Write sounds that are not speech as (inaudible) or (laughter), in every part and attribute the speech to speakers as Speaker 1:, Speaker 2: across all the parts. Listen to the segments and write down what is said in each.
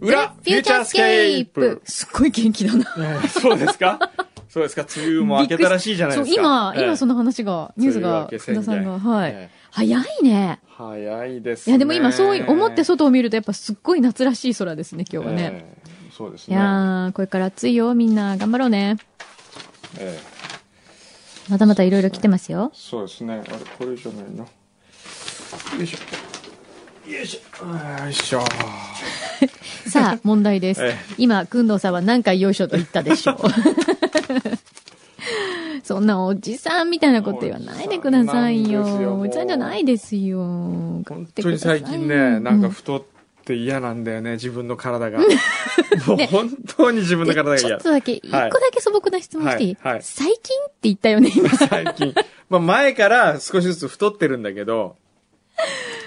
Speaker 1: フューチャースケープ。
Speaker 2: すっごい元気だな。
Speaker 1: えーそうですかそうですか梅雨も明けたらしいじゃないですか。
Speaker 2: そう、今、
Speaker 1: えー
Speaker 2: 今その話が、ニュースが、
Speaker 1: 梅雨明け
Speaker 2: 福
Speaker 1: 宣言
Speaker 2: 田さんが、はい。
Speaker 1: え
Speaker 2: 早いね。
Speaker 1: ー早いです
Speaker 2: い
Speaker 1: ね。
Speaker 2: や、でも今そう思って
Speaker 1: そ
Speaker 2: 外を見ると、やっぱすっごい夏らしい空ですね、今日はね。
Speaker 1: そうです
Speaker 2: い
Speaker 1: ね。
Speaker 2: やー、これから暑いよ、みんな。頑張ろうね。
Speaker 1: え
Speaker 2: またまたいろいろ来てますよ (laughs)
Speaker 1: ー。そうですね。あれ、これじゃないな。よいしょ。よいしょ。よいしょ。
Speaker 2: さあ、 (laughs) 問題です
Speaker 1: ええ。
Speaker 2: 今、くんどうさんは何回よいしょと言ったでしょう。 (laughs) そんなおじさんみたいなこと言わないでくださいよ。
Speaker 1: おじさんなんですよ
Speaker 2: おじさんじゃないですよ。
Speaker 1: 本当に最近ね、なんか太って嫌なんだよね、自分の体が。もう本当に自分
Speaker 2: (laughs)
Speaker 1: の体が
Speaker 2: ちょ
Speaker 1: 嫌
Speaker 2: っ。とだけ、一個だけ素朴な質問していい、
Speaker 1: はいはい
Speaker 2: 最近って言ったよね、
Speaker 1: (laughs)
Speaker 2: 今。
Speaker 1: 最近。まあ前から少しずつ太ってるんだけど、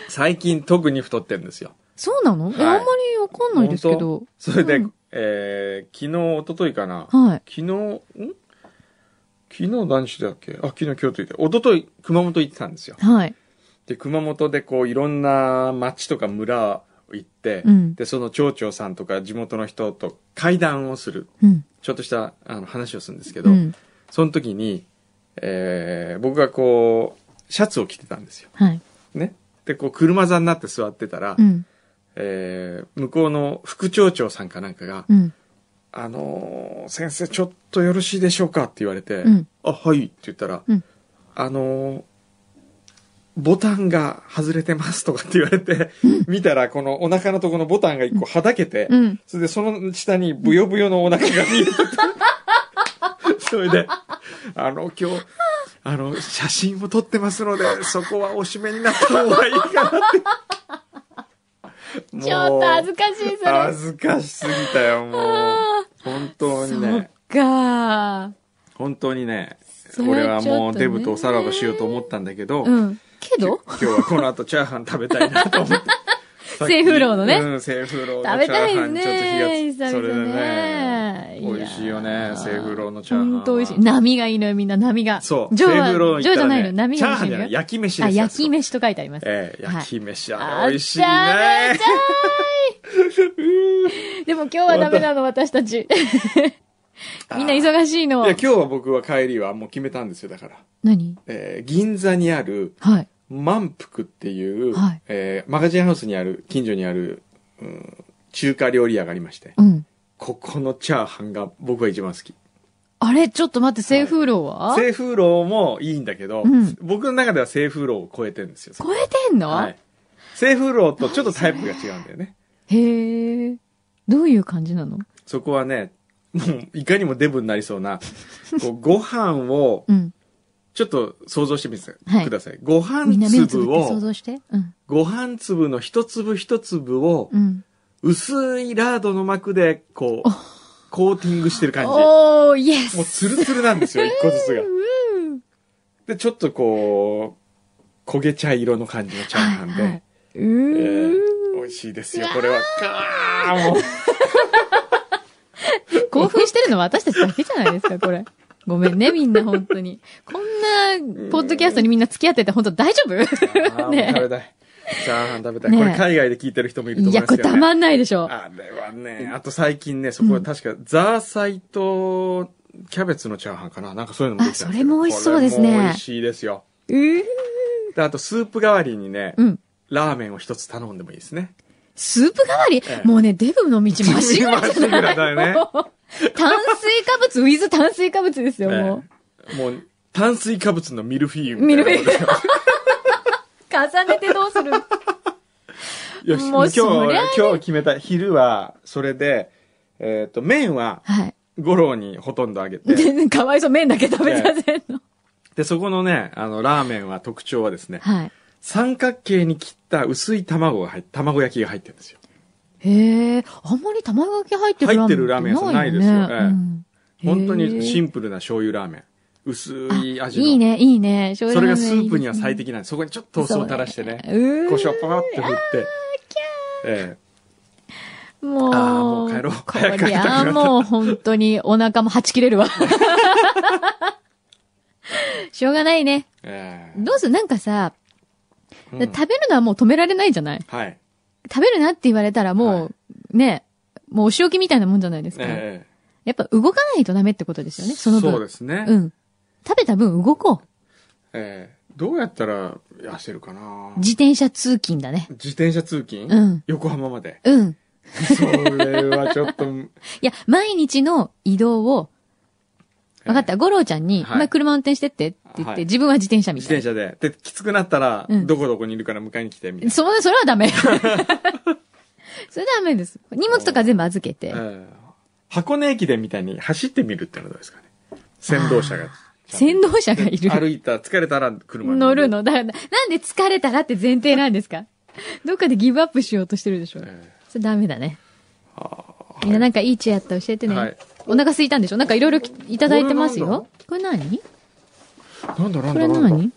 Speaker 1: 最近特に太ってるんですよ。
Speaker 2: そうなの、え
Speaker 1: はい
Speaker 2: あんまりわかんないですけど
Speaker 1: 本。当それで、
Speaker 2: うん
Speaker 1: えー、昨日、一昨日かな。
Speaker 2: はい。
Speaker 1: 昨日、ん昨日何してたっけあ、昨日京都行って。一昨日熊本行ってたんですよ。
Speaker 2: はい。
Speaker 1: で、熊本でこういろんな町とか村行って、
Speaker 2: うん
Speaker 1: で、その町長さんとか地元の人と会談をする。
Speaker 2: うん。
Speaker 1: ちょっとしたあの話をするんですけど、
Speaker 2: うん。
Speaker 1: その時に、えー、僕がこう、シャツを着てたんですよ。
Speaker 2: はい。
Speaker 1: ね。で、こう、車座になって座ってたら、
Speaker 2: うん。
Speaker 1: えー、向こうの副町長さんかなんかが、
Speaker 2: うん。
Speaker 1: あのー先生、ちょっとよろしいでしょうかって言われて、
Speaker 2: うん
Speaker 1: あ、はいって言ったら、
Speaker 2: うん
Speaker 1: あのーボタンが外れてますとかって言われて、見たら、このお腹のところのボタンが一個はだけて、
Speaker 2: うん。
Speaker 1: それでその下にブヨブヨのお腹が見えて (laughs) た。それで、あの、今日、あの、写真を撮ってますので、そこはお締めになった方がいいかなって。もう
Speaker 2: (laughs) ちょっと恥ずかしい、それ。
Speaker 1: 恥ずかしすぎたよ、もう。本当に
Speaker 2: そっ
Speaker 1: ね、
Speaker 2: か
Speaker 1: 本当にね、
Speaker 2: それは
Speaker 1: 俺はもう
Speaker 2: ちょっとね
Speaker 1: デブとおさらばしようと思ったんだけど、
Speaker 2: うん。けど
Speaker 1: 今日はこの後チャーハン食べたいなと思って。
Speaker 2: (laughs) 西風楼のね
Speaker 1: うん、西風楼のチャ
Speaker 2: 食べ
Speaker 1: ー
Speaker 2: たい
Speaker 1: ハ
Speaker 2: で
Speaker 1: ン
Speaker 2: す
Speaker 1: ちょっ
Speaker 2: ね。久
Speaker 1: と火がつ、それで
Speaker 2: 々ね
Speaker 1: ね。。美味しいよね、
Speaker 2: や
Speaker 1: 西風楼のチャーハンは。
Speaker 2: ほんと美味しい。波がいいのよ、みんな、波が。
Speaker 1: そう、
Speaker 2: ジ
Speaker 1: 西
Speaker 2: ョーは、
Speaker 1: 風楼
Speaker 2: ジ
Speaker 1: 行
Speaker 2: ョーじゃ
Speaker 1: ったら
Speaker 2: ない
Speaker 1: ね
Speaker 2: の、波
Speaker 1: チャ
Speaker 2: が
Speaker 1: ー
Speaker 2: 美味
Speaker 1: ハ
Speaker 2: しい
Speaker 1: ンじゃ
Speaker 2: の
Speaker 1: ない、
Speaker 2: よ。
Speaker 1: 焼き飯
Speaker 2: あ、
Speaker 1: ですよ
Speaker 2: 焼き。飯と書いてあります。
Speaker 1: ええ、
Speaker 2: はい
Speaker 1: 焼き飯、
Speaker 2: あ
Speaker 1: あれ美味しいね。
Speaker 2: 食でも今日はダメなの、私たち。みんな忙しいの
Speaker 1: いや、。今日は僕は帰りはもう決めたんですよ、だから。
Speaker 2: 何
Speaker 1: えー銀座にある、
Speaker 2: はい。
Speaker 1: 満腹っていう、
Speaker 2: はい
Speaker 1: えーマガジンハウスにある、近所にある、うん中華料理屋がありまして、
Speaker 2: うん。
Speaker 1: ここのチャーハンが僕は一番好き。
Speaker 2: あれ、ちょっと待って、西風楼は、
Speaker 1: 西風楼もいいんだけど、
Speaker 2: うん
Speaker 1: 僕の中では西風楼を超えてるんですよ。
Speaker 2: 超えてんの、
Speaker 1: はい。西風楼とちょっとタイプが違うんだよね。
Speaker 2: へえ。どういう感じなの
Speaker 1: そこはね、もういかにもデブになりそ
Speaker 2: (laughs)
Speaker 1: うな、こうご飯を、
Speaker 2: うん。
Speaker 1: ちょっと想像してみて
Speaker 2: はい
Speaker 1: ください。ご
Speaker 2: みんな
Speaker 1: 飯
Speaker 2: 目をつぶっ
Speaker 1: 粒
Speaker 2: て想
Speaker 1: を、
Speaker 2: 像して。うん。
Speaker 1: ご飯粒の一粒一粒を、
Speaker 2: うん。
Speaker 1: 薄いラードの膜で、こう、コーティングしてる感じ。も
Speaker 2: おー、イエス
Speaker 1: うツルツルなん
Speaker 2: (laughs)
Speaker 1: ですよ、一個ずつが。
Speaker 2: うん
Speaker 1: で、ちょっとこう、焦げ茶色の感じのチャーハンで、
Speaker 2: はいはいう
Speaker 1: え
Speaker 2: ーん
Speaker 1: ー美味しいですよ、これは。かーもう、
Speaker 2: 興奮してるのは私たちだけじゃないですか、これ。ごめんね、みんな、本当に。こんな、ポッドキャストにみんな付き合ってて、本当大丈
Speaker 1: あー
Speaker 2: 夫
Speaker 1: もう食べ
Speaker 2: ね
Speaker 1: たい。チャーハン食べたい。
Speaker 2: ねえ
Speaker 1: これ海外で聞いてる人もいる
Speaker 2: い
Speaker 1: と思い
Speaker 2: や、
Speaker 1: ま
Speaker 2: こ
Speaker 1: す
Speaker 2: れ
Speaker 1: けど、
Speaker 2: た
Speaker 1: ね。
Speaker 2: まんないでしょ。
Speaker 1: あれはね、あと最近ね、そこは確か、ザーサイと、キャベツのチャーハンかななんかそういうのもできたんですよ
Speaker 2: あそれも美味しそうですね
Speaker 1: これも美味しいですよ。
Speaker 2: うー
Speaker 1: で、あとスープ代わりにね、
Speaker 2: うん。
Speaker 1: ラーメンを一つ頼んでもいいですね。
Speaker 2: スープ代わり、
Speaker 1: ええ
Speaker 2: もうね、デブの道まっしぐらじゃ
Speaker 1: まっしぐ
Speaker 2: な
Speaker 1: ら
Speaker 2: い
Speaker 1: だよ (laughs) ね
Speaker 2: もう炭水化物、ウィズ炭水化物ですよ、も
Speaker 1: ええもう、炭水化物のミルフィーユ
Speaker 2: う。ミルフィー
Speaker 1: みたいなもん
Speaker 2: ユ。重ねてどう
Speaker 1: (laughs)
Speaker 2: する
Speaker 1: でよし、
Speaker 2: も
Speaker 1: 今
Speaker 2: う
Speaker 1: 日
Speaker 2: そりゃ
Speaker 1: は
Speaker 2: ね、
Speaker 1: 今日決めた。昼は、それで、えっ、と、麺は、
Speaker 2: はい。
Speaker 1: 五郎にほとんどあげて、
Speaker 2: 全然かわいそう、麺だけ食べさせんの。
Speaker 1: で、そこのね、あの、ラーメンは特徴はですね、
Speaker 2: はい。
Speaker 1: 三角形に切った薄い卵が入っ卵焼きが入ってるんですよ。
Speaker 2: へえ、あんまり玉がけ入ってる
Speaker 1: 入ってるラーメン屋さんないですよ
Speaker 2: ないね
Speaker 1: ええ
Speaker 2: うん
Speaker 1: 本当にシ
Speaker 2: へ
Speaker 1: ンプルな醤油ラーメン。薄い
Speaker 2: え
Speaker 1: 味の。
Speaker 2: いいね、いいね。醤
Speaker 1: そ
Speaker 2: 油ラ
Speaker 1: れが
Speaker 2: メン
Speaker 1: スープにはい
Speaker 2: い
Speaker 1: 最
Speaker 2: ですね
Speaker 1: 適なんです。そこにちょっとお酢を垂らしてね。
Speaker 2: うー
Speaker 1: 胡椒パパッと振って。え
Speaker 2: もう。
Speaker 1: あーもう帰ろう
Speaker 2: こ
Speaker 1: 早く帰り
Speaker 2: り
Speaker 1: たくな
Speaker 2: ゃ
Speaker 1: った
Speaker 2: もう本当にお腹もはち切れるわ。しょうがないね。
Speaker 1: ええ
Speaker 2: どうするなんかさ、
Speaker 1: えうん
Speaker 2: 食べるのはもう止められないじゃない
Speaker 1: はい。
Speaker 2: 食べるなって言われたらもう、ね、もうお仕置きみたいなもんじゃないですか。
Speaker 1: ええ
Speaker 2: やっぱ動かないとダメってことですよね、その分。
Speaker 1: そうですね。
Speaker 2: うん。食べた分動こう。
Speaker 1: ええどうやったら痩せるかな
Speaker 2: 自転車通勤だね。
Speaker 1: 自転車通勤、
Speaker 2: うん
Speaker 1: 横浜まで。
Speaker 2: うん。
Speaker 1: それはちょ
Speaker 2: (laughs)
Speaker 1: っと、
Speaker 2: いや、毎日の移動を、分かっ
Speaker 1: え
Speaker 2: た、五郎ちゃんに、
Speaker 1: はい
Speaker 2: お前車運転してってって言って、
Speaker 1: はい
Speaker 2: 自分は自転車
Speaker 1: え
Speaker 2: み
Speaker 1: 自
Speaker 2: たい
Speaker 1: 転
Speaker 2: な。
Speaker 1: 車で。で、きつくなったら、
Speaker 2: うん
Speaker 1: どこどこにいるから迎えに来て、みたいな。
Speaker 2: そ、それはダメ。 (laughs) それダメです。荷物とか全部預けて。
Speaker 1: ええ箱根駅伝みたいに走ってみるってのはどうですかね。先導車が。
Speaker 2: 先導車がいる。
Speaker 1: 歩いた、疲れたら車に
Speaker 2: 乗る。の。だから、なんで疲れたらって前提なんですかどっかでギブアップしようとしてるでしょ。
Speaker 1: ええ
Speaker 2: それダメだね。
Speaker 1: は
Speaker 2: みんななんかいい知恵あったら教えてね。
Speaker 1: はい
Speaker 2: お腹空いたんでしょなんかいろいろいただいてますよ。これ何
Speaker 1: あなんだなん
Speaker 2: これ
Speaker 1: だなんだ
Speaker 2: 何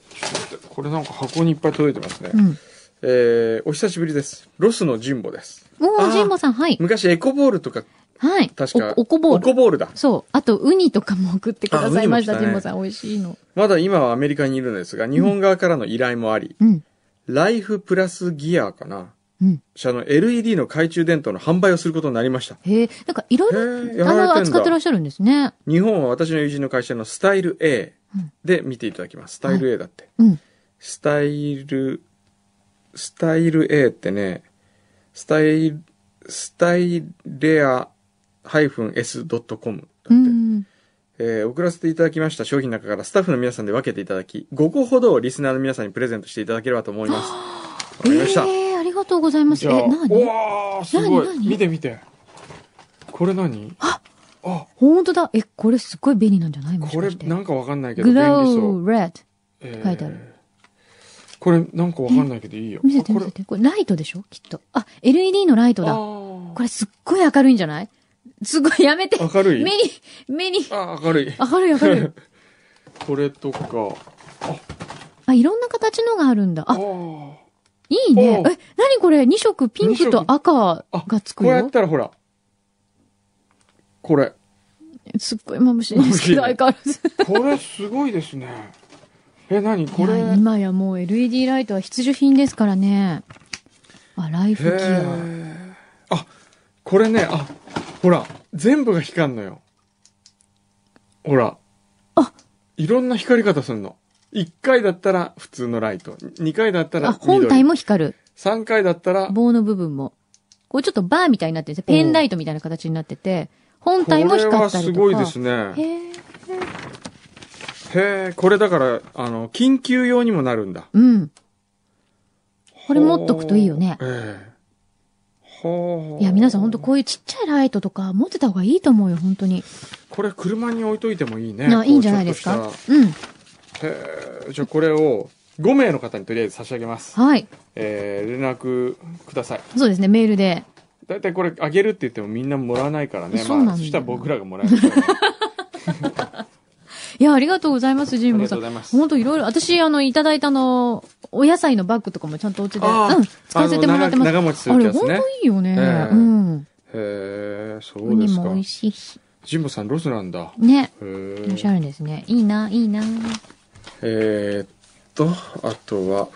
Speaker 1: これなんか箱にいっぱい届いてますね。
Speaker 2: うん。
Speaker 1: えーお久しぶりです。ロスのジンボです。
Speaker 2: お
Speaker 1: あ
Speaker 2: ー、
Speaker 1: ー
Speaker 2: ジンボさん、はい。
Speaker 1: 昔エコボールとか、
Speaker 2: はい。
Speaker 1: 確か。
Speaker 2: お、おこぼ
Speaker 1: オコ
Speaker 2: る。
Speaker 1: ボールだ。
Speaker 2: そう。あと、ウニとかも送ってくださいました、
Speaker 1: あウ
Speaker 2: ジ
Speaker 1: ニ
Speaker 2: ンボ
Speaker 1: も来たね
Speaker 2: さん。美味しいの。
Speaker 1: まだ今はアメリカにいるのですが、日本側からの依頼もあり、
Speaker 2: うん。
Speaker 1: ライフプラスギアかな。
Speaker 2: うん。
Speaker 1: 社の LED の懐中電灯の販売をすることになりました。
Speaker 2: へえ、なんかいろい
Speaker 1: へえ
Speaker 2: ろ、
Speaker 1: や
Speaker 2: あ
Speaker 1: られて
Speaker 2: の、
Speaker 1: んだ
Speaker 2: 扱ってらっしゃるんですね。
Speaker 1: 日本は私の友人の会社のスタイル A
Speaker 2: うん
Speaker 1: で見ていただきます。スタイル A だって。
Speaker 2: うん。
Speaker 1: スタイル、スタイル A ってね、スタイル、スタイレア -s.com だって。
Speaker 2: うん。
Speaker 1: えー送らせていただきました商品の中からスタッフの皆さんで分けていただき、5個ほどをリスナーの皆さんにプレゼントしていただければと思います。わかりました。
Speaker 2: ええ、ありがとうございます。
Speaker 1: じ
Speaker 2: え、
Speaker 1: ゃあ、
Speaker 2: な
Speaker 1: う
Speaker 2: に
Speaker 1: わー、すご
Speaker 2: 何
Speaker 1: い。
Speaker 2: 何
Speaker 1: 見て見て。これ何ああ、
Speaker 2: ほんとだ。え、これすごい便利なんじゃないもし
Speaker 1: こ
Speaker 2: か
Speaker 1: れ
Speaker 2: して。
Speaker 1: なんかわかんないけど
Speaker 2: グ
Speaker 1: 便利
Speaker 2: ロ
Speaker 1: そう。
Speaker 2: ー、レッド。
Speaker 1: えー
Speaker 2: 書いてある
Speaker 1: これなんかわかんないけどいいよ。
Speaker 2: 見せて
Speaker 1: あ
Speaker 2: 見
Speaker 1: これ
Speaker 2: せて。これライトでしょきっと。あ、LED のライトだ。
Speaker 1: あ
Speaker 2: これすっごい明るいんじゃないすごい、やめて。
Speaker 1: ー明る
Speaker 2: (laughs) 目
Speaker 1: い
Speaker 2: に、目に。
Speaker 1: あー明るい。
Speaker 2: 明るい明る
Speaker 1: (laughs)
Speaker 2: い。
Speaker 1: これとか。
Speaker 2: あ、いろんな形のがあるんだ。
Speaker 1: あ
Speaker 2: あ
Speaker 1: あ、ー
Speaker 2: いいね。
Speaker 1: おう
Speaker 2: え、なにこれ ?2 色、ピンクと赤がつ
Speaker 1: こ
Speaker 2: く
Speaker 1: うやっ
Speaker 2: よ。
Speaker 1: たらほら。これ。
Speaker 2: すっごい眩しいんですけど、(laughs) 相
Speaker 1: 眩しいね
Speaker 2: 変わらず。
Speaker 1: これすごいですね。え、何こ
Speaker 2: い
Speaker 1: れ。
Speaker 2: や、今やもう LED ライトは必需品ですからね。あ、ライフギア。
Speaker 1: へーあ、これね、あ、ほら、全部が光んのよ。ほら。
Speaker 2: あ
Speaker 1: いろんな光り方すんの。1回だったら普通のライト。2回だったら
Speaker 2: あ、
Speaker 1: 緑。
Speaker 2: 本体も光る。
Speaker 1: 3回だったら、
Speaker 2: 棒の部分も。こうちょっとバーみたいになってるんですよペンライトみたいな形になってて、本体も光ったりとか。
Speaker 1: これはすごいですね。
Speaker 2: へえ。
Speaker 1: へえ、これだから、あの、緊急用にもなるんだ。
Speaker 2: うん。これ持っとくといいよね
Speaker 1: ほ。うええほう
Speaker 2: いや、皆さん本当こういうちっちゃいライトとか持ってた方がいいと思うよ、本当に。
Speaker 1: これ車に置いといてもいいね。
Speaker 2: ないいんじゃない
Speaker 1: こ
Speaker 2: で
Speaker 1: う
Speaker 2: す
Speaker 1: ちょっと
Speaker 2: か
Speaker 1: し
Speaker 2: うん。
Speaker 1: たへえ、じゃあこれを5名の方にとりあえず差し上げます。
Speaker 2: はい。
Speaker 1: えー、連絡ください。
Speaker 2: そうですね、メールで。
Speaker 1: だいたいこれあげるって言ってもみんなもらわないからね。
Speaker 2: そうなんだ
Speaker 1: まあ、そしたら僕らがもらえるから。
Speaker 2: (laughs) いや、ありがとうございます、ジンボさ
Speaker 1: ありがとうござい
Speaker 2: ん。
Speaker 1: ます
Speaker 2: 本当いろいろ、私、あの、いただいたあの、お野菜のバッグとかもちゃんとお家で、
Speaker 1: あー
Speaker 2: うん、使わせてもらってます。
Speaker 1: あの長長持ちするってやつね
Speaker 2: あれ、本当いいよね。
Speaker 1: ええ
Speaker 2: うん。
Speaker 1: へえ、そ
Speaker 2: ウ
Speaker 1: うで
Speaker 2: ニ
Speaker 1: す
Speaker 2: も
Speaker 1: か
Speaker 2: 美。味しいし。
Speaker 1: ジンボさんロスなんだ。
Speaker 2: ね。
Speaker 1: へえ
Speaker 2: おしゃれですね。いいな、いいな。
Speaker 1: えーっと、あとは、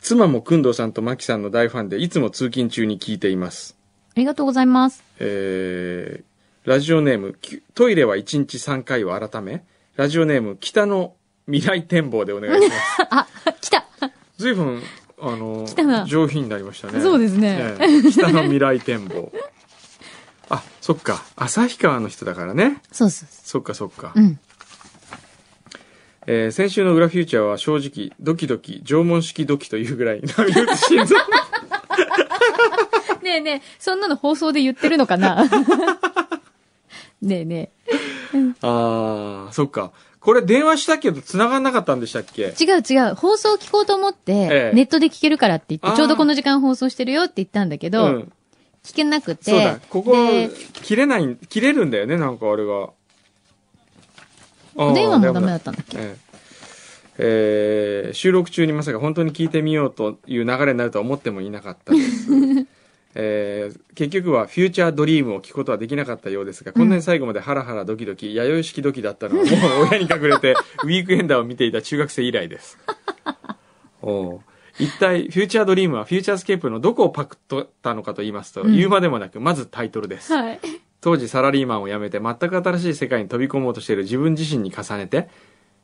Speaker 1: 妻も工藤さんとマキさんの大ファンで、いつも通勤中に聞いています。
Speaker 2: ありがとうございます。
Speaker 1: えー、ラジオネーム、きトイレは1日3回は改め、ラジオネーム、北の未来展望でお願い
Speaker 2: (laughs)
Speaker 1: します。
Speaker 2: あ、 (laughs) 来た。
Speaker 1: 随分、あの
Speaker 2: 北な、
Speaker 1: 上品になりましたね。
Speaker 2: そうですね
Speaker 1: ええ北の未来展望。あ、そっか。旭川の人だからね。
Speaker 2: そうそうそ
Speaker 1: そっかそっか。
Speaker 2: う。うん。
Speaker 1: えー先週の裏フューチャーは正直、ドキドキ、縄文式ドキというぐらい、波打つ
Speaker 2: (laughs)
Speaker 1: 心臓。
Speaker 2: ねえねえ、そんなの放送で言ってるのか
Speaker 1: (laughs)
Speaker 2: なねえね
Speaker 1: あー、そっか。これ電話したけど繋がんなかったんでしたっけ
Speaker 2: え。違う違う。放送聞こうと思って、
Speaker 1: ええ
Speaker 2: ネットで聞けるからって言っ
Speaker 1: あ
Speaker 2: て、
Speaker 1: ー
Speaker 2: ちょうどこの時間放送してるよって言ったんだけど、
Speaker 1: うん。
Speaker 2: 聞けなくて。
Speaker 1: そうだ、ここ
Speaker 2: で、、
Speaker 1: 切れない、切れるんだよね、なんかあれが。あー
Speaker 2: お電話もダメだったんだっけ
Speaker 1: (laughs) えええー収録中にまさか本当に聞いてみようという流れになるとは思ってもいなかったです、えー結局はフューチャードリームを聞くことはできなかったようですが、こんなに最後までハラハラドキドキ弥生式ドキだったのはもう親に隠れてウィークエンダーを見ていた中学生以来ですおう一体、フューチャードリームはフューチャースケープのどこをパクっとったのかと言いますと、
Speaker 2: うん
Speaker 1: 言うまでもなく、まずタイトルです。
Speaker 2: はい。
Speaker 1: 当時サラリーマンを辞めて全く新しい世界に飛び込もうとしている自分自身に重ねて、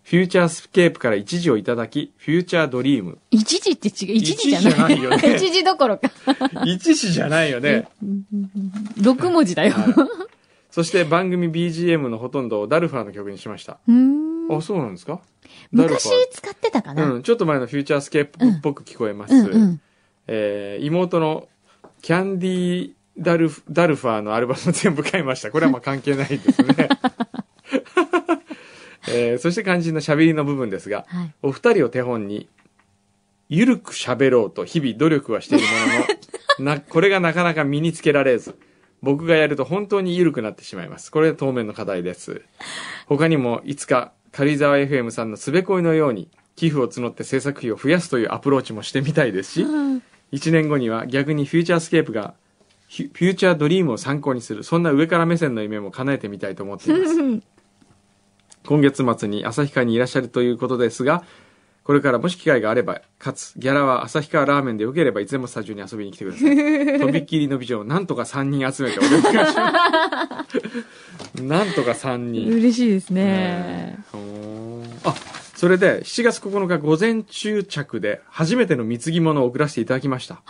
Speaker 1: フューチャースケープから一時をいただき、フューチャードリ
Speaker 2: (laughs)
Speaker 1: ーム。
Speaker 2: 一時って違う。一時じゃない。
Speaker 1: 一時じゃないよね
Speaker 2: 一時どころか。
Speaker 1: 一時じゃないよね。
Speaker 2: 6文字だよ。
Speaker 1: そして番組 BGM のほとんどをダルファーの曲にしました。
Speaker 2: うーん
Speaker 1: あ、そうなんですかダルフ
Speaker 2: 昔
Speaker 1: ァー
Speaker 2: 使ってたかな。
Speaker 1: うん、ちょっと前のフューチャースケープっぽく聞こえます。
Speaker 2: うんうん。
Speaker 1: えー妹のキャンディーダルフ・ダルファーのアルバム全部買いました。これはまあ関係ないですね。えーそして肝心の喋りの部分ですが、 (laughs)
Speaker 2: はい。
Speaker 1: お二人を手本に、ゆるく喋ろうと日々努力はしているものの、な、これがなかなか身につけられず、僕がやると本当にゆるくなってしまいます。これが当面の課題です。他にも、いつか、軽井沢 FM さんのすべこいのように、寄付を募って制作費を増やすというアプローチもしてみたいですし、1年後には逆にフューチャースケープが、フュフューチャードリームを参考にする、そんな上から目線の夢も叶えてみたいと思っています。今月末に旭川にいらっしゃるということですが、これからもし機会があれば、かつ、ギャラは旭川ラーメンでよければ、いつでもスタジオに遊びに来てください。とびっきりの美女をなんとか3人集めてお願いします。なんとか3人。
Speaker 2: 嬉しいです
Speaker 1: え
Speaker 2: ね。
Speaker 1: ーほーあ、それで、7月9日午前中着で、初めての貢ぎ物を送らせていただきました。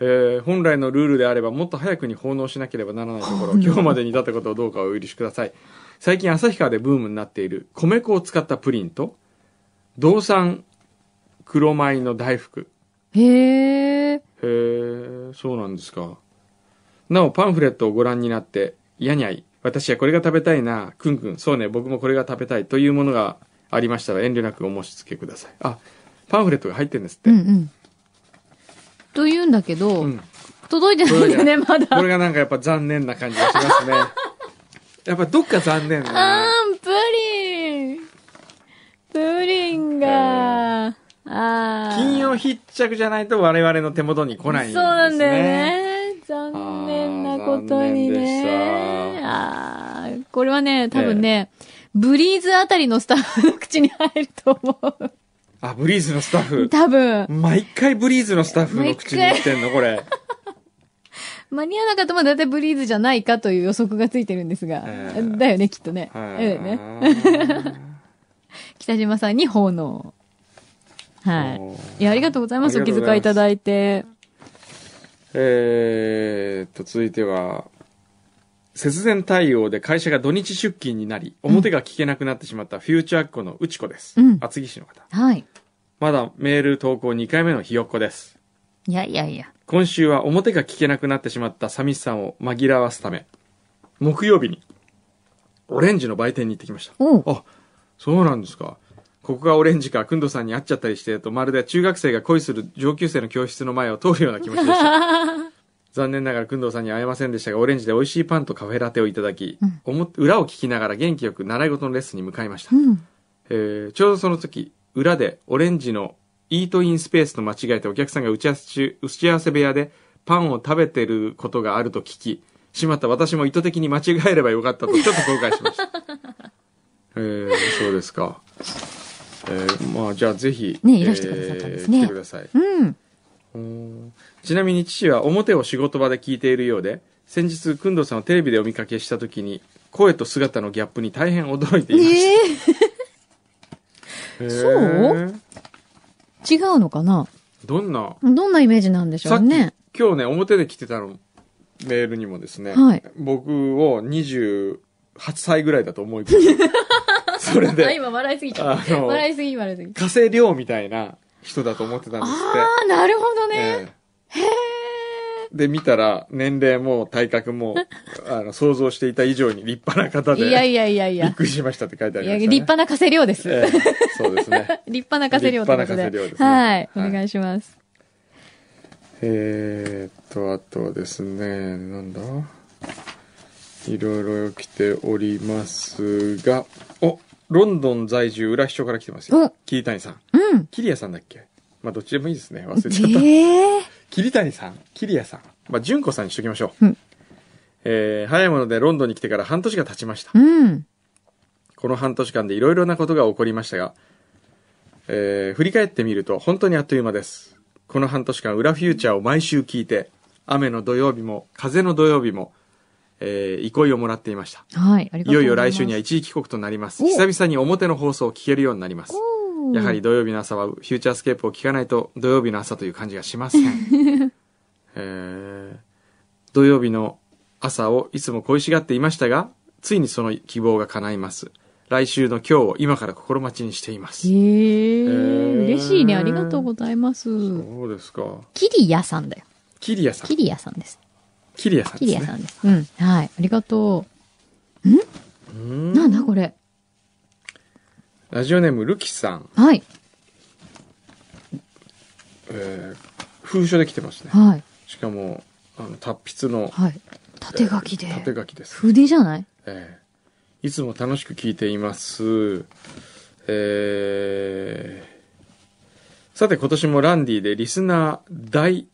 Speaker 1: えー本来のルールであればもっと早くに奉納しなければならないところ、今日までに至ったことをどうかお許しください。最近旭川でブームになっている米粉を使ったプリンと、道産黒米の大福。
Speaker 2: へえ。
Speaker 1: へえ、そうなんですか。なお、パンフレットをご覧になって、やにゃい、私はこれが食べたいな、くんくん、そうね、僕もこれが食べたいというものがありましたら遠慮なくお申し付けください。あ、パンフレットが入ってるんですって。
Speaker 2: うんうん。と言うんだけど、
Speaker 1: うん
Speaker 2: 届いてないんだね、まだ。
Speaker 1: これがなんかやっぱ残念な感じが
Speaker 2: (laughs)
Speaker 1: しますね。やっぱどっか残念
Speaker 2: あ
Speaker 1: な。
Speaker 2: ーん、プリンプリンが、ああー
Speaker 1: 金曜必着じゃないと我々の手元に来ないんです、ね。
Speaker 2: そうなんだよ。ね。残念なことに
Speaker 1: あー残念で
Speaker 2: ね
Speaker 1: し。
Speaker 2: あーこれはね、多分ね、ブリーズあたりのスタッフの口に入ると思
Speaker 1: (laughs)
Speaker 2: う。
Speaker 1: あ、ブリーズのスタッフ。
Speaker 2: 多分、
Speaker 1: 毎回ブリーズのスタッフの口に言ってんの、これ。
Speaker 2: (laughs) 間に合わなかったもだいたいブリーズじゃないかという予測がついてるんですが。
Speaker 1: えー
Speaker 2: だよね、きっとね。
Speaker 1: は
Speaker 2: だよね。
Speaker 1: い。
Speaker 2: 北島さんに奉納。 (laughs) は
Speaker 1: おー
Speaker 2: い。いや、ありがとうございます。
Speaker 1: あ
Speaker 2: お
Speaker 1: りが
Speaker 2: 気
Speaker 1: とうござ
Speaker 2: 遣い
Speaker 1: い
Speaker 2: い
Speaker 1: ます
Speaker 2: ただいて。
Speaker 1: えーっと、続いては、節電対応で会社が土日出勤になり、表が聞けなくなってしまったフューチャーっ子のうちこです。
Speaker 2: うん
Speaker 1: 厚木市の方。
Speaker 2: はい。
Speaker 1: まだメール投稿2回目のひよっこです。
Speaker 2: いやいやいや。
Speaker 1: 今週は表が聞けなくなってしまった寂しさを紛らわすため、木曜日に、オレンジの売店に行ってきました。
Speaker 2: おう。
Speaker 1: あ、そうなんですか。ここがオレンジか、くんどさんに会っちゃったりして、と、まるで中学生が恋する上級生の教室の前を通るような気持ちで
Speaker 2: (laughs)
Speaker 1: した。残念ながら、くんどさんに会えませんでしたが、オレンジで美味しいパンとカフェラテをいただき、
Speaker 2: うん
Speaker 1: おも裏を聞きながら元気よく習い事のレッスンに向かいました
Speaker 2: う。ん。
Speaker 1: えーちょうどその時、裏でオレンジのイートインスペースと間違えてお客さんが打ち合わせ中、打ち合わせ部屋でパンを食べてることがあると聞き、しまった私も意図的に間違えればよかったとちょっと後悔しました。 (laughs) えー、そうですか。えー、まあじゃあぜひ、
Speaker 2: ねいらしてくださったんですね
Speaker 1: えー来てください。
Speaker 2: うん。
Speaker 1: うーんちなみに父は表を仕事場で聞いているようで、先日、くんどさんをテレビでお見かけした時に、声と姿のギャップに大変驚いていました。
Speaker 2: ええ
Speaker 1: へー
Speaker 2: そう違うのかな
Speaker 1: どんな
Speaker 2: どんなイメージなんでしょ
Speaker 1: さ
Speaker 2: う
Speaker 1: っき、
Speaker 2: ね。
Speaker 1: 今日ね、表で来てたの、メールにもですね、
Speaker 2: はい
Speaker 1: 僕を28歳ぐらいだと思い込
Speaker 2: (laughs)
Speaker 1: んでそれ
Speaker 2: あ
Speaker 1: で、
Speaker 2: 今笑いすぎちゃっ
Speaker 1: あ
Speaker 2: た。
Speaker 1: の、
Speaker 2: 笑いすぎ、笑いすぎ。
Speaker 1: 加瀬亮みたいな人だと思ってたんです
Speaker 2: ああ、なるほど
Speaker 1: って。
Speaker 2: ね。
Speaker 1: ええで、見たら、年齢も体
Speaker 2: (laughs)
Speaker 1: 格も、あの、想像していた以上に立派な方
Speaker 2: へ
Speaker 1: で、
Speaker 2: え。いやいやいやい
Speaker 1: びっ
Speaker 2: や。
Speaker 1: くりしましたって書いてあ
Speaker 2: い
Speaker 1: り
Speaker 2: や
Speaker 1: まし
Speaker 2: 立
Speaker 1: た、ね。
Speaker 2: 派な稼量です。立
Speaker 1: ええそうですね。
Speaker 2: 派な稼量ってこと
Speaker 1: 立派な稼量ですね
Speaker 2: はい。お
Speaker 1: はい
Speaker 2: 願いします。
Speaker 1: えー、っと、あとはですね、なんだいろいろ来ておりますが、おロンドン在住、浦秘書から来てますよ
Speaker 2: お。
Speaker 1: 桐谷さん。
Speaker 2: うん。
Speaker 1: 桐谷さんだっけまあ、どっちでもいいですね。忘れちゃった。
Speaker 2: ええ。
Speaker 1: 桐谷さん、桐谷さん。まあ、純子さんにしときましょ
Speaker 2: うん
Speaker 1: う。えー、早いものでロンドンに来てから半年が経ちました。
Speaker 2: うん。
Speaker 1: この半年間でいろいろなことが起こりましたが、えー振り返ってみると本当にあっという間です。この半年間、裏フューチャーを毎週聞いて、雨の土曜日も、風の土曜日も、えー憩いをもらっていました。
Speaker 2: はい、ありがとうございます。
Speaker 1: いよいよ来週には一時帰国となります。
Speaker 2: お
Speaker 1: 久々に表の放送を聞けるようになります。
Speaker 2: おー
Speaker 1: やはり土曜日の朝はフューチャースケープを聞かないと土曜日の朝という感じがしません。
Speaker 2: (laughs)
Speaker 1: えー土曜日の朝をいつも恋しがっていましたが、ついにその希望が叶います。来週の今日を今から心待ちにしていま
Speaker 2: へ
Speaker 1: す。
Speaker 2: え
Speaker 1: えー
Speaker 2: 嬉しいね。ありがとうございます。
Speaker 1: そうですか。
Speaker 2: キリヤさんだよ。
Speaker 1: キリアさん
Speaker 2: キ。リヤさんです。
Speaker 1: キリアさん
Speaker 2: キ
Speaker 1: です、ね。
Speaker 2: リヤさんです。うん。はい。ありがと
Speaker 1: う
Speaker 2: う。
Speaker 1: ん
Speaker 2: なんだこれ。
Speaker 1: ラジオネームルキさん。
Speaker 2: はい。
Speaker 1: えー、封書で来てますね。
Speaker 2: はい。
Speaker 1: しかも、あの、達筆の
Speaker 2: はい。縦書きで。
Speaker 1: 縦書きです。
Speaker 2: 筆じゃない
Speaker 1: ええいつも楽しく聞いています。えーさて今年もランディでリスナー大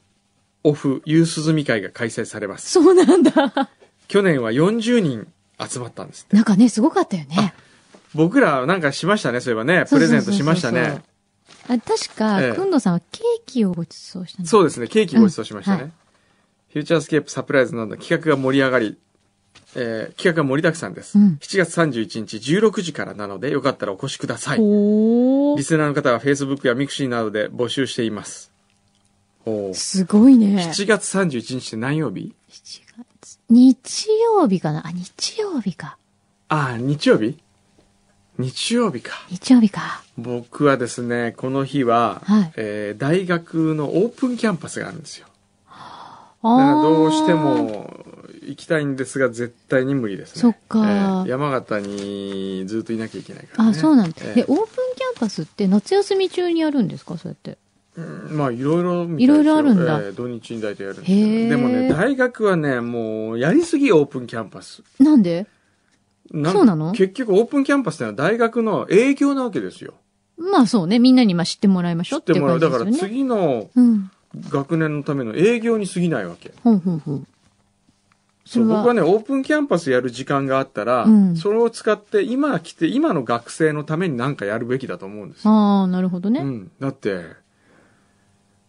Speaker 1: オフ夕涼み会が開催されます。
Speaker 2: そうなんだ。 (laughs)
Speaker 1: 去年は40人集まったんですって。
Speaker 2: なんかね、すごかったよね。
Speaker 1: 僕らなんかしましたね、そういえばね。プレゼントしましたね。
Speaker 2: あ、確か、
Speaker 1: ええ
Speaker 2: くんどさんはケーキをご馳走したん
Speaker 1: そう
Speaker 2: う
Speaker 1: ですね、ケーキご馳走しましたね。
Speaker 2: うんはい
Speaker 1: フューチャースケープサプライズなど企画が盛り上がり、えー企画が盛りだくさんです。
Speaker 2: うん
Speaker 1: 7月31日16時からなので、よかったらお越しください。
Speaker 2: お
Speaker 1: リ
Speaker 2: ー
Speaker 1: スナーの方は Facebook や Mixi などで募集しています。おー
Speaker 2: すごいね。
Speaker 1: 7月31日って何曜日
Speaker 2: 7月。日曜日かなあ、日曜日か。
Speaker 1: ああ、日曜日日曜日か。
Speaker 2: 日曜日か。
Speaker 1: 僕はですね、この日は、
Speaker 2: はい
Speaker 1: えー大学のオープンキャンパスがあるんですよ。だから
Speaker 2: ああ。
Speaker 1: どうして。も行きたいんですが、絶対に無理ですね。
Speaker 2: そっかー
Speaker 1: えー山形にずっといなきゃいけないから、ね。
Speaker 2: あ、そうなんだ。
Speaker 1: え
Speaker 2: で、
Speaker 1: ー
Speaker 2: オープンキャンパスって夏休み中にやるんですかそうやって。
Speaker 1: うんまあ、いろいろみた
Speaker 2: い
Speaker 1: です
Speaker 2: ろ
Speaker 1: よ
Speaker 2: いろあるんだ
Speaker 1: えー土日に大体やるんです
Speaker 2: へ
Speaker 1: け
Speaker 2: ー
Speaker 1: ど。でもね、大学はね、もう、やりすぎオープンキャンパス。
Speaker 2: なんで
Speaker 1: なん
Speaker 2: そうなの
Speaker 1: 結局、オープンキャンパスってのは大学の営業なわけですよ。
Speaker 2: まあそうね。みんなにまあ知ってもらいましょうっていう感じ
Speaker 1: だ
Speaker 2: で
Speaker 1: か
Speaker 2: すよ
Speaker 1: ら
Speaker 2: ね。
Speaker 1: 次の
Speaker 2: うん。
Speaker 1: 学年のための営業に過ぎないわけ。
Speaker 2: ほんほんほん。そ
Speaker 1: そう、
Speaker 2: れは
Speaker 1: 僕はね、オープンキャンパスやる時間があったら、
Speaker 2: うん
Speaker 1: それを使って、今来て、今の学生のために何かやるべきだと思うんですよ。
Speaker 2: ああ、なるほど
Speaker 1: う
Speaker 2: ね。
Speaker 1: ん。だって、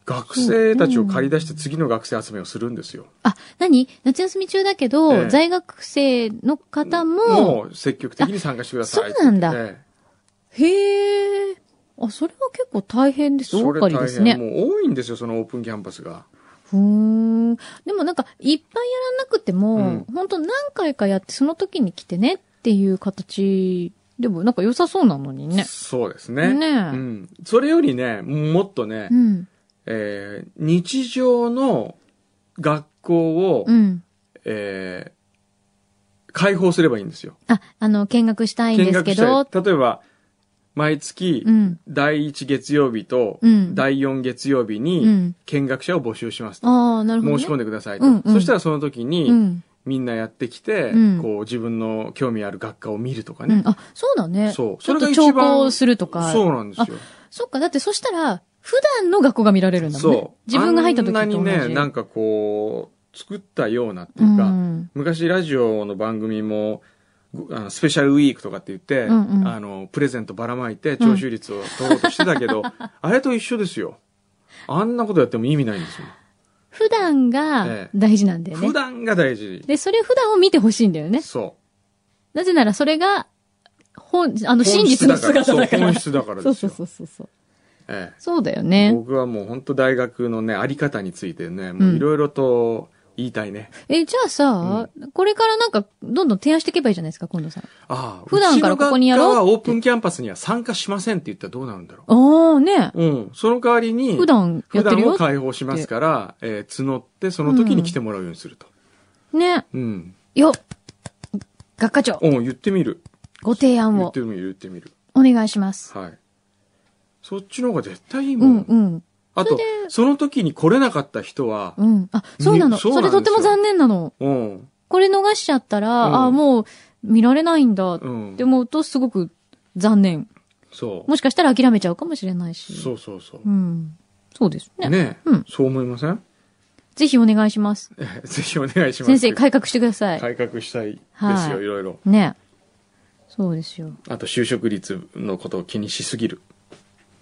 Speaker 1: 学生たちを借り出して次の学生集めをするんですよ。
Speaker 2: あ、何夏休み中だけど、
Speaker 1: ええ
Speaker 2: 在学生の方も、
Speaker 1: もう積極的に参加してください。
Speaker 2: あそうなんだ
Speaker 1: ええ
Speaker 2: へえ。あ、それは結構大変です。
Speaker 1: そ
Speaker 2: 大
Speaker 1: れ
Speaker 2: 掛かりで
Speaker 1: 大
Speaker 2: す
Speaker 1: 変。
Speaker 2: ね。
Speaker 1: もう多いんですよ、そのオープンキャンパスが。
Speaker 2: ふーん。でもなんか、いっぱいやらなくても、
Speaker 1: う
Speaker 2: 本当何回かやって、その時に来てねっていう形でも、なんか良さそうなのにね。
Speaker 1: そうですね。
Speaker 2: ねえ。
Speaker 1: うん。それよりね、もっとね、
Speaker 2: うん。
Speaker 1: えー日常の学校を、
Speaker 2: うん。
Speaker 1: えー開放すればいいんですよ。
Speaker 2: あ、あの、見学したいん
Speaker 1: 見
Speaker 2: です
Speaker 1: 学
Speaker 2: け
Speaker 1: した
Speaker 2: ど、
Speaker 1: い。例えば、毎月
Speaker 2: う、ん。
Speaker 1: 第1月曜日と
Speaker 2: うん
Speaker 1: 第4月曜日
Speaker 2: う
Speaker 1: に
Speaker 2: ん。
Speaker 1: 見学者を募集しますと。
Speaker 2: ああ、なるほど、ね。
Speaker 1: 申し込んでくださいと。
Speaker 2: うんうん
Speaker 1: そしたらその時に、
Speaker 2: うん。
Speaker 1: みんなやってきて、
Speaker 2: うん
Speaker 1: こう自分の興味ある学科を見るとか
Speaker 2: う
Speaker 1: ね
Speaker 2: ん。。あ、そうだね。
Speaker 1: そう
Speaker 2: ちょっと
Speaker 1: それが
Speaker 2: 調
Speaker 1: 一番
Speaker 2: 校するとか。
Speaker 1: そうなんですよ。
Speaker 2: そっか、だってそしたら、普段の学校が見られるんだもんね。
Speaker 1: そう。
Speaker 2: 自分が入った時と
Speaker 1: あ
Speaker 2: 同
Speaker 1: ん
Speaker 2: じ
Speaker 1: なにね、なんかこう、作ったようなっていうか、
Speaker 2: ん、
Speaker 1: 昔ラジオの番組も、ごあのスペシャルウィークとかって言って、
Speaker 2: うんうん
Speaker 1: あの、プレゼントばらまいて徴収率を取ろうとしてたけど、あれと一緒ですよ。あんなことやっても意味ないんですよ。
Speaker 2: 普段が
Speaker 1: え
Speaker 2: 大事なんだよね。
Speaker 1: 普段が大事。
Speaker 2: で、それを普段を見てほしいんだよね。
Speaker 1: そ
Speaker 2: なぜならそれが、本、あ
Speaker 1: う。
Speaker 2: の、真実の姿だから。
Speaker 1: 本質だから
Speaker 2: そ
Speaker 1: そう
Speaker 2: うそうそ
Speaker 1: 本質だからですよ。
Speaker 2: うそうそう。
Speaker 1: え
Speaker 2: そうだよ
Speaker 1: え
Speaker 2: ね。
Speaker 1: 僕はもう本当大学のね、あり方についてね、もういろいろと言いたいね。
Speaker 2: え、じゃあさ、これからなんか、どんどん提案していけばいいじゃないですか、今度さん。
Speaker 1: ああ、
Speaker 2: 普段からここにやろう
Speaker 1: うちの学科はオープンキャンパスには参加しませんって言ったらどうなるんだろ
Speaker 2: ああ、ね。
Speaker 1: う。うん。その代わりに、
Speaker 2: 普段や
Speaker 1: 普
Speaker 2: ってる
Speaker 1: 段を
Speaker 2: よ。
Speaker 1: 開放しますから、えー募って、その時に来てもらうようにすると。
Speaker 2: ね。
Speaker 1: うん。
Speaker 2: よ。学科長、
Speaker 1: うん、言ってみる。
Speaker 2: ご提案
Speaker 1: 言っ
Speaker 2: を
Speaker 1: てみる、言ってみる。
Speaker 2: お願いします。
Speaker 1: はい。そっちの方が絶対いいうもん。
Speaker 2: ん、うん、
Speaker 1: あと
Speaker 2: それ、
Speaker 1: その時に来れなかった人は、
Speaker 2: うん。あ、そうなの。
Speaker 1: ねそう
Speaker 2: そ
Speaker 1: な
Speaker 2: れ
Speaker 1: んですよ
Speaker 2: とても残念なの。
Speaker 1: うん、
Speaker 2: これ逃しちゃったら、
Speaker 1: うん
Speaker 2: ああ、もう見られないんだっ
Speaker 1: うん。
Speaker 2: て思うとすごく残念。
Speaker 1: そう。
Speaker 2: もしかしたら諦めちゃうかもしれないし。
Speaker 1: そうそうそう
Speaker 2: う。ん。そうですね。
Speaker 1: ねえ、
Speaker 2: うん
Speaker 1: そう思いません (laughs)
Speaker 2: ぜひお願いします。
Speaker 1: ぜひお願いします。
Speaker 2: 先生、改革してください。
Speaker 1: 改革したいですよ、
Speaker 2: はい
Speaker 1: いろいろ。
Speaker 2: ね。そうですよ。
Speaker 1: あと就職率のことを気にしすぎる。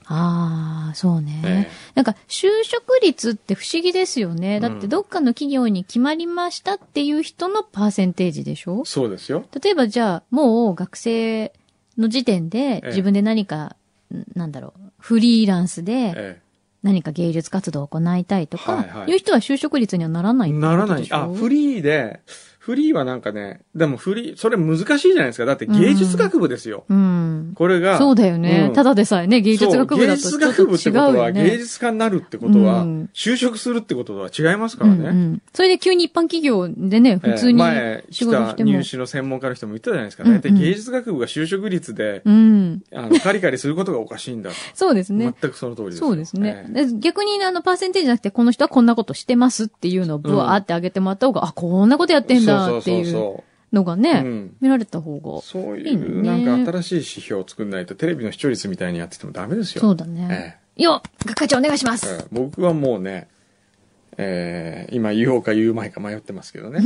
Speaker 2: ああ、そうね。
Speaker 1: ええ
Speaker 2: なんか、就職率って不思議ですよね。だって、どっかの企業に決まりましたっていう人のパーセンテージでしょ
Speaker 1: そうですよ。
Speaker 2: 例えば、じゃあ、もう学生の時点で
Speaker 1: え、
Speaker 2: 自分で何か、んなんだろう、フリーランスで
Speaker 1: え
Speaker 2: 何か芸術活動を行いたいと
Speaker 1: はい
Speaker 2: か
Speaker 1: は、い
Speaker 2: いう人は就職率にはならな
Speaker 1: え
Speaker 2: いって
Speaker 1: なら
Speaker 2: こと
Speaker 1: な
Speaker 2: で
Speaker 1: い。
Speaker 2: しょ
Speaker 1: あ、フリーで、フリーはなんかね、でもフリー、それ難しいじゃないですか。だって芸術学部ですよ。
Speaker 2: うん。
Speaker 1: これが、
Speaker 2: そうだよね。
Speaker 1: うん
Speaker 2: ただでさえね、芸術学部だと
Speaker 1: そう
Speaker 2: ちょっと
Speaker 1: 芸術
Speaker 2: 違う
Speaker 1: 学部ってこと
Speaker 2: よ
Speaker 1: は、
Speaker 2: ね。
Speaker 1: 芸術家になるってことは、
Speaker 2: うん
Speaker 1: 就職するってこととは違いますからね。
Speaker 2: うんうん。それで急に一般企業でね、
Speaker 1: ええ
Speaker 2: 普通に
Speaker 1: 前
Speaker 2: 仕事
Speaker 1: 来
Speaker 2: したても。
Speaker 1: 入試の専門家の人も言ってたじゃないですか。大体
Speaker 2: うんうん
Speaker 1: 芸術学部が就職率で、
Speaker 2: うん。
Speaker 1: あの、カリカリすることがおかしいんだと。
Speaker 2: そうですね。
Speaker 1: 全くその通りですよ。
Speaker 2: そうですね。
Speaker 1: ええ
Speaker 2: で逆に、あの、パーセンテージじゃなくて、この人はこんなことしてますっていうのをブワーって上げてもらった方が、あ、こんなことやってんだって
Speaker 1: そ
Speaker 2: いう
Speaker 1: そ
Speaker 2: のが
Speaker 1: うそう。う
Speaker 2: ね、
Speaker 1: ん。
Speaker 2: 見られた方が。
Speaker 1: そう
Speaker 2: いい
Speaker 1: いう、
Speaker 2: ね
Speaker 1: なんか新しい指標を作んないと、テレビの視聴率みたいにやっててもダメですよ。
Speaker 2: そうだね。
Speaker 1: え
Speaker 2: よ学会長お願いしま
Speaker 1: ええ
Speaker 2: す
Speaker 1: え僕はもうね、ええ今言おうか言うまいか迷ってますけ
Speaker 2: (laughs)
Speaker 1: どね。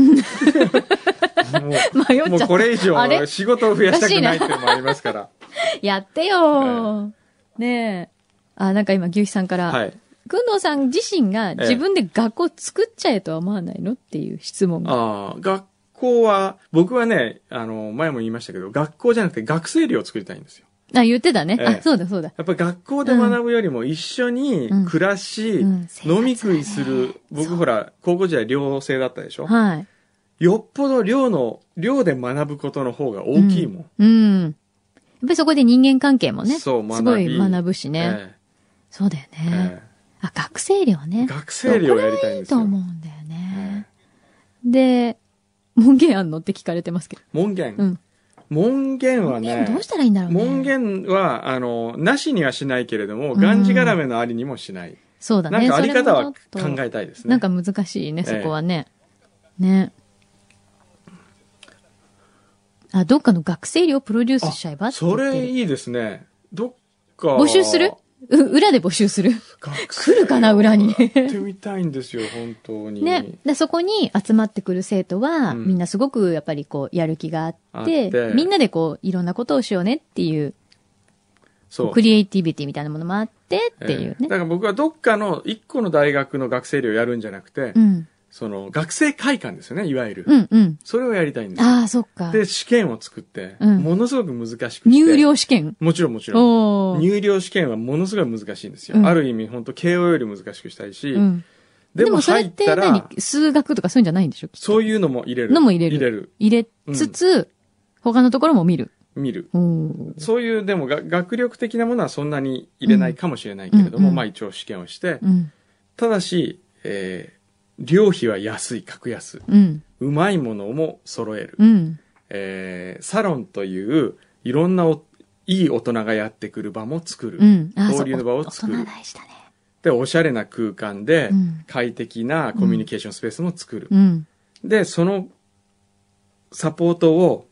Speaker 2: 迷っ
Speaker 1: もうもう
Speaker 2: ちゃっ
Speaker 1: これ以
Speaker 2: あれ
Speaker 1: 上仕事を増やしたくないっていうのもありますから。
Speaker 2: た。やってよねえ。あ、なんか今、牛肥さんから、
Speaker 1: はい。
Speaker 2: くんどうさん自身が自分で学校作っちゃえとは思わないのっていう質問が。
Speaker 1: ああ、学校は、僕はね、あの、前も言いましたけど、学校じゃなくて学生寮を作りたいんですよ。
Speaker 2: あ、言ってたね。
Speaker 1: ええ
Speaker 2: あ、そうだそうだ。
Speaker 1: やっぱり学校で学ぶよりも一緒に
Speaker 2: うん
Speaker 1: 暮らし、
Speaker 2: うん
Speaker 1: 飲み食いす
Speaker 2: 生活が
Speaker 1: る、
Speaker 2: ね
Speaker 1: 僕ほら、高校時代寮生だったでしょ
Speaker 2: はい。
Speaker 1: よっぽど寮の、寮で学ぶことの方が大きいもん。
Speaker 2: うん。やっぱりそこで人間関係もね、す
Speaker 1: そう学び
Speaker 2: ごい学ぶしね。
Speaker 1: え
Speaker 2: そうだよ
Speaker 1: え
Speaker 2: ね。
Speaker 1: え
Speaker 2: あ、学生寮
Speaker 1: え
Speaker 2: ね。
Speaker 1: 学生寮やりたいん
Speaker 2: いい
Speaker 1: ですよ。
Speaker 2: と思うんだよね
Speaker 1: え。
Speaker 2: で、門限あんのって聞かれてますけど。
Speaker 1: 門限、
Speaker 2: うん
Speaker 1: 門限は
Speaker 2: 門
Speaker 1: ね
Speaker 2: 限、どうしたらいいんだろうね。
Speaker 1: 門限は、あの、なしにはしないけれども、
Speaker 2: うん
Speaker 1: がんじがらめのありにもしない。
Speaker 2: そうだ
Speaker 1: なん
Speaker 2: ね。
Speaker 1: かあり方は考
Speaker 2: それもちょっ
Speaker 1: えたいです
Speaker 2: とな
Speaker 1: ね。
Speaker 2: んか難しいね、
Speaker 1: え
Speaker 2: そ
Speaker 1: え
Speaker 2: こはね。ね。あ、どっかの学生寮プロデュースしちゃえばって言
Speaker 1: そ
Speaker 2: ってる
Speaker 1: れいいですね。どっか。
Speaker 2: 募集するう裏で募集する。
Speaker 1: 学生
Speaker 2: 来るかな裏 (laughs) に
Speaker 1: やってみたいんですよ、本当に。
Speaker 2: ね。で、そこに集まってくる生徒は、
Speaker 1: うん
Speaker 2: みんなすごくやっぱりこう、やる気があ
Speaker 1: あ
Speaker 2: っ、
Speaker 1: ってて
Speaker 2: みんなでこう、いろんなことをしようねっていう、
Speaker 1: そう。
Speaker 2: クリエイティビティみたいなものもあってっていう
Speaker 1: ええ
Speaker 2: ね。
Speaker 1: だから僕はどっかの一個の大学の学生寮やるんじゃなくて、
Speaker 2: うん。
Speaker 1: その学生会館ですよね、いわゆる。
Speaker 2: うんうん。
Speaker 1: それをやりたいんですよ。
Speaker 2: ああ、そっか。
Speaker 1: で、試験を作って、
Speaker 2: うん
Speaker 1: ものすごく難しくして。
Speaker 2: 入寮試験。
Speaker 1: もちろんもちろん。
Speaker 2: おー。
Speaker 1: 入寮試験はものすごい難しいんですよ。
Speaker 2: うん
Speaker 1: ある意味、本当慶応より難しくしたいし、
Speaker 2: うん。
Speaker 1: で
Speaker 2: で
Speaker 1: も
Speaker 2: もそれ
Speaker 1: 入
Speaker 2: っ
Speaker 1: ってたら
Speaker 2: 何、数学とかそういうんじゃないんでしょ
Speaker 1: そういうのも入れる。
Speaker 2: のも入れる
Speaker 1: 入れる。
Speaker 2: 入れつつ、他のところも見る。
Speaker 1: 見る。
Speaker 2: おー
Speaker 1: そういう、でもが学力的なものはそんなに入れないかもしれないけれど
Speaker 2: うんう
Speaker 1: も、
Speaker 2: んうん
Speaker 1: まあ一応試験をして、
Speaker 2: うん。
Speaker 1: ただし、えー、料費は安い、格安。
Speaker 2: うん。
Speaker 1: うまいものも揃える。
Speaker 2: うん。
Speaker 1: えー、サロンという、いろんなおいい大人がやってくる場も作る。
Speaker 2: うん。あー
Speaker 1: 交流の場を作る
Speaker 2: そう大人大事だね。
Speaker 1: で、おしゃれな空間で
Speaker 2: うん、
Speaker 1: 快適なコミュニケーションスペースも作る。
Speaker 2: うん。
Speaker 1: で、そのサポートを、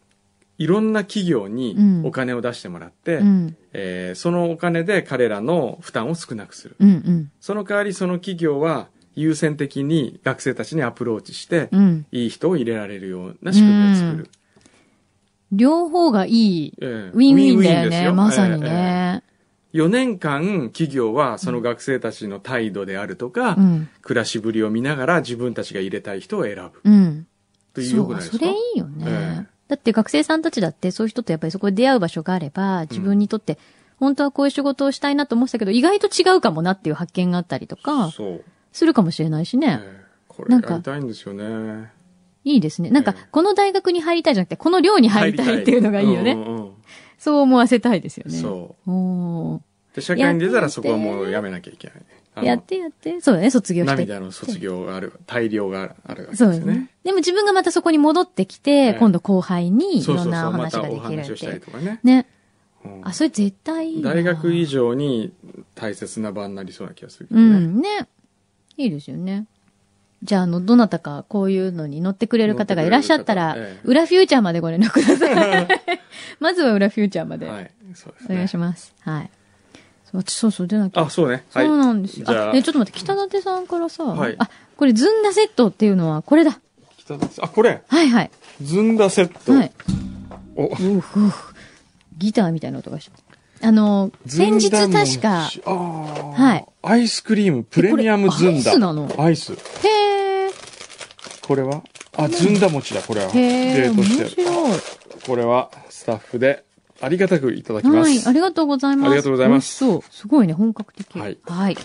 Speaker 1: いろんな企業に
Speaker 2: うん
Speaker 1: お金を出してもらって、
Speaker 2: うん。
Speaker 1: えーそのお金で彼らの負担を少なくする。
Speaker 2: うん。うん。
Speaker 1: その代わりその企業は優先的に学生たちにアプローチして、
Speaker 2: うん。
Speaker 1: いい人を入れられるような仕組みを作る。
Speaker 2: 両方がいい。
Speaker 1: ええ
Speaker 2: ウィンウィンだよ
Speaker 1: です
Speaker 2: ね。まさに。ね。
Speaker 1: ええ4年間企業はその学生たちの態度であるとか、
Speaker 2: うん。
Speaker 1: 暮らしぶりを見ながら自分たちが入れたい人を選ぶ。
Speaker 2: うん。
Speaker 1: という
Speaker 2: そ
Speaker 1: よく
Speaker 2: う、
Speaker 1: ないです
Speaker 2: そ
Speaker 1: か
Speaker 2: れいいよ
Speaker 1: え
Speaker 2: ね
Speaker 1: え。
Speaker 2: だって学生さんたちだってそういう人とやっぱりそこで出会う場所があれば、自分にとって、本当はこういう仕事をしたいなと思ってたけど、意外と違うかもなっていう発見があったりとか、
Speaker 1: そう。
Speaker 2: するかもしれないし
Speaker 1: え
Speaker 2: ね。
Speaker 1: えこれ
Speaker 2: なん
Speaker 1: や
Speaker 2: か
Speaker 1: りたいんですよね。
Speaker 2: いいですね。なんか
Speaker 1: ええ、
Speaker 2: この大学に入りたいじゃなくて、この寮に入りたいっていうのがいいよ
Speaker 1: う
Speaker 2: ね。
Speaker 1: んうん
Speaker 2: そう思わせたいですよ
Speaker 1: うん
Speaker 2: ね。。
Speaker 1: そう
Speaker 2: おー
Speaker 1: う。で、社会に出た
Speaker 2: やって
Speaker 1: らそこはもうやめなきゃいけない。あの
Speaker 2: やってやって。そうだね、卒業して。
Speaker 1: 涙の卒業がある、大量があるわけです
Speaker 2: そ
Speaker 1: よ
Speaker 2: うですね
Speaker 1: ね。。
Speaker 2: でも自分がまたそこに戻ってきて、
Speaker 1: え
Speaker 2: 今度後輩にい
Speaker 1: そう
Speaker 2: ろ
Speaker 1: そ
Speaker 2: ん
Speaker 1: うそ
Speaker 2: なお
Speaker 1: う、ま
Speaker 2: 話
Speaker 1: た
Speaker 2: ができ
Speaker 1: お
Speaker 2: るっ
Speaker 1: 話をしてた
Speaker 2: い
Speaker 1: り
Speaker 2: う。
Speaker 1: とかね。
Speaker 2: ね。
Speaker 1: うん
Speaker 2: あ、それ絶対いいな。
Speaker 1: 大学以上に大切な場になりそうな気がするけど
Speaker 2: う
Speaker 1: ね。
Speaker 2: ん、ね。いいですよね。じゃあ、あの、どなたかこういうのに乗ってくれる方がいらっしゃったら
Speaker 1: 乗ってくれる、方
Speaker 2: 裏フューチャーまでご連絡くだ
Speaker 1: (laughs)
Speaker 2: さい。まずは裏フューチャーまで。
Speaker 1: はい、そうです
Speaker 2: お
Speaker 1: ね。
Speaker 2: 願いします。はい。そう私、そうそう、出なきゃ。
Speaker 1: あ、そうね。はい。
Speaker 2: そうなんですよ。
Speaker 1: じゃ
Speaker 2: あ、
Speaker 1: あ、
Speaker 2: ね、ちょっと待って、北舘さんからさ、
Speaker 1: はい
Speaker 2: あ、これ、ずんだセットっていうのは、これだ。
Speaker 1: 北田さんあ、これ、
Speaker 2: はいはい。
Speaker 1: ずんだセット。
Speaker 2: はい。
Speaker 1: お、
Speaker 2: うふうギターみたいな音がします。あの、先日
Speaker 1: ずんだの
Speaker 2: 確か、
Speaker 1: あー
Speaker 2: はい
Speaker 1: アイスクリームプレミアムず
Speaker 2: えこれ
Speaker 1: んだ。
Speaker 2: アイスなの
Speaker 1: アイス。
Speaker 2: へー
Speaker 1: これはあ、ずんだ餅だ、これは。
Speaker 2: へー
Speaker 1: と
Speaker 2: 面
Speaker 1: して。
Speaker 2: 白い。
Speaker 1: これはスタッフでありがたくいただきま
Speaker 2: はい、
Speaker 1: す。
Speaker 2: ありがとうございます。
Speaker 1: ありがとうございます
Speaker 2: 美味しそう。すごいね、本格的。
Speaker 1: はい
Speaker 2: はい。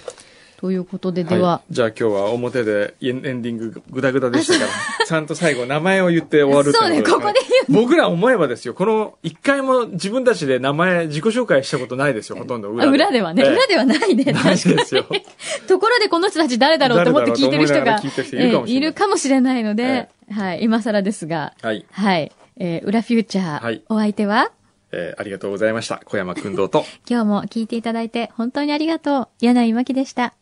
Speaker 2: ということで、では、
Speaker 1: い、じゃあ今日は表でエンエンディンググダグダでしたか
Speaker 2: (laughs)
Speaker 1: ら、ちゃんと最後名前を言って終わるって
Speaker 2: そうね、ここで
Speaker 1: 僕ら思えばですよ、この一回も自分たちで名前、自己紹介したことないですよ、ほとんど裏
Speaker 2: 言う。あ
Speaker 1: で。
Speaker 2: 裏ではね、
Speaker 1: ええ
Speaker 2: 裏ではないね。
Speaker 1: (laughs) ないですよ。
Speaker 2: (laughs) ところでこの人たち誰だろうと思って聞いてる人
Speaker 1: 誰だろう
Speaker 2: が
Speaker 1: と思いながら聞いてる人いる
Speaker 2: え
Speaker 1: かも
Speaker 2: え
Speaker 1: しれな
Speaker 2: いるかもしれな
Speaker 1: い
Speaker 2: いので、はい、今更ですが、
Speaker 1: はい。
Speaker 2: はい、えー裏フューチャー、
Speaker 1: はい
Speaker 2: お相手は、
Speaker 1: えーありがとうございました。小山くんどうと。
Speaker 2: 今日も聞いていただいて本当にありがとう。柳井真紀でした。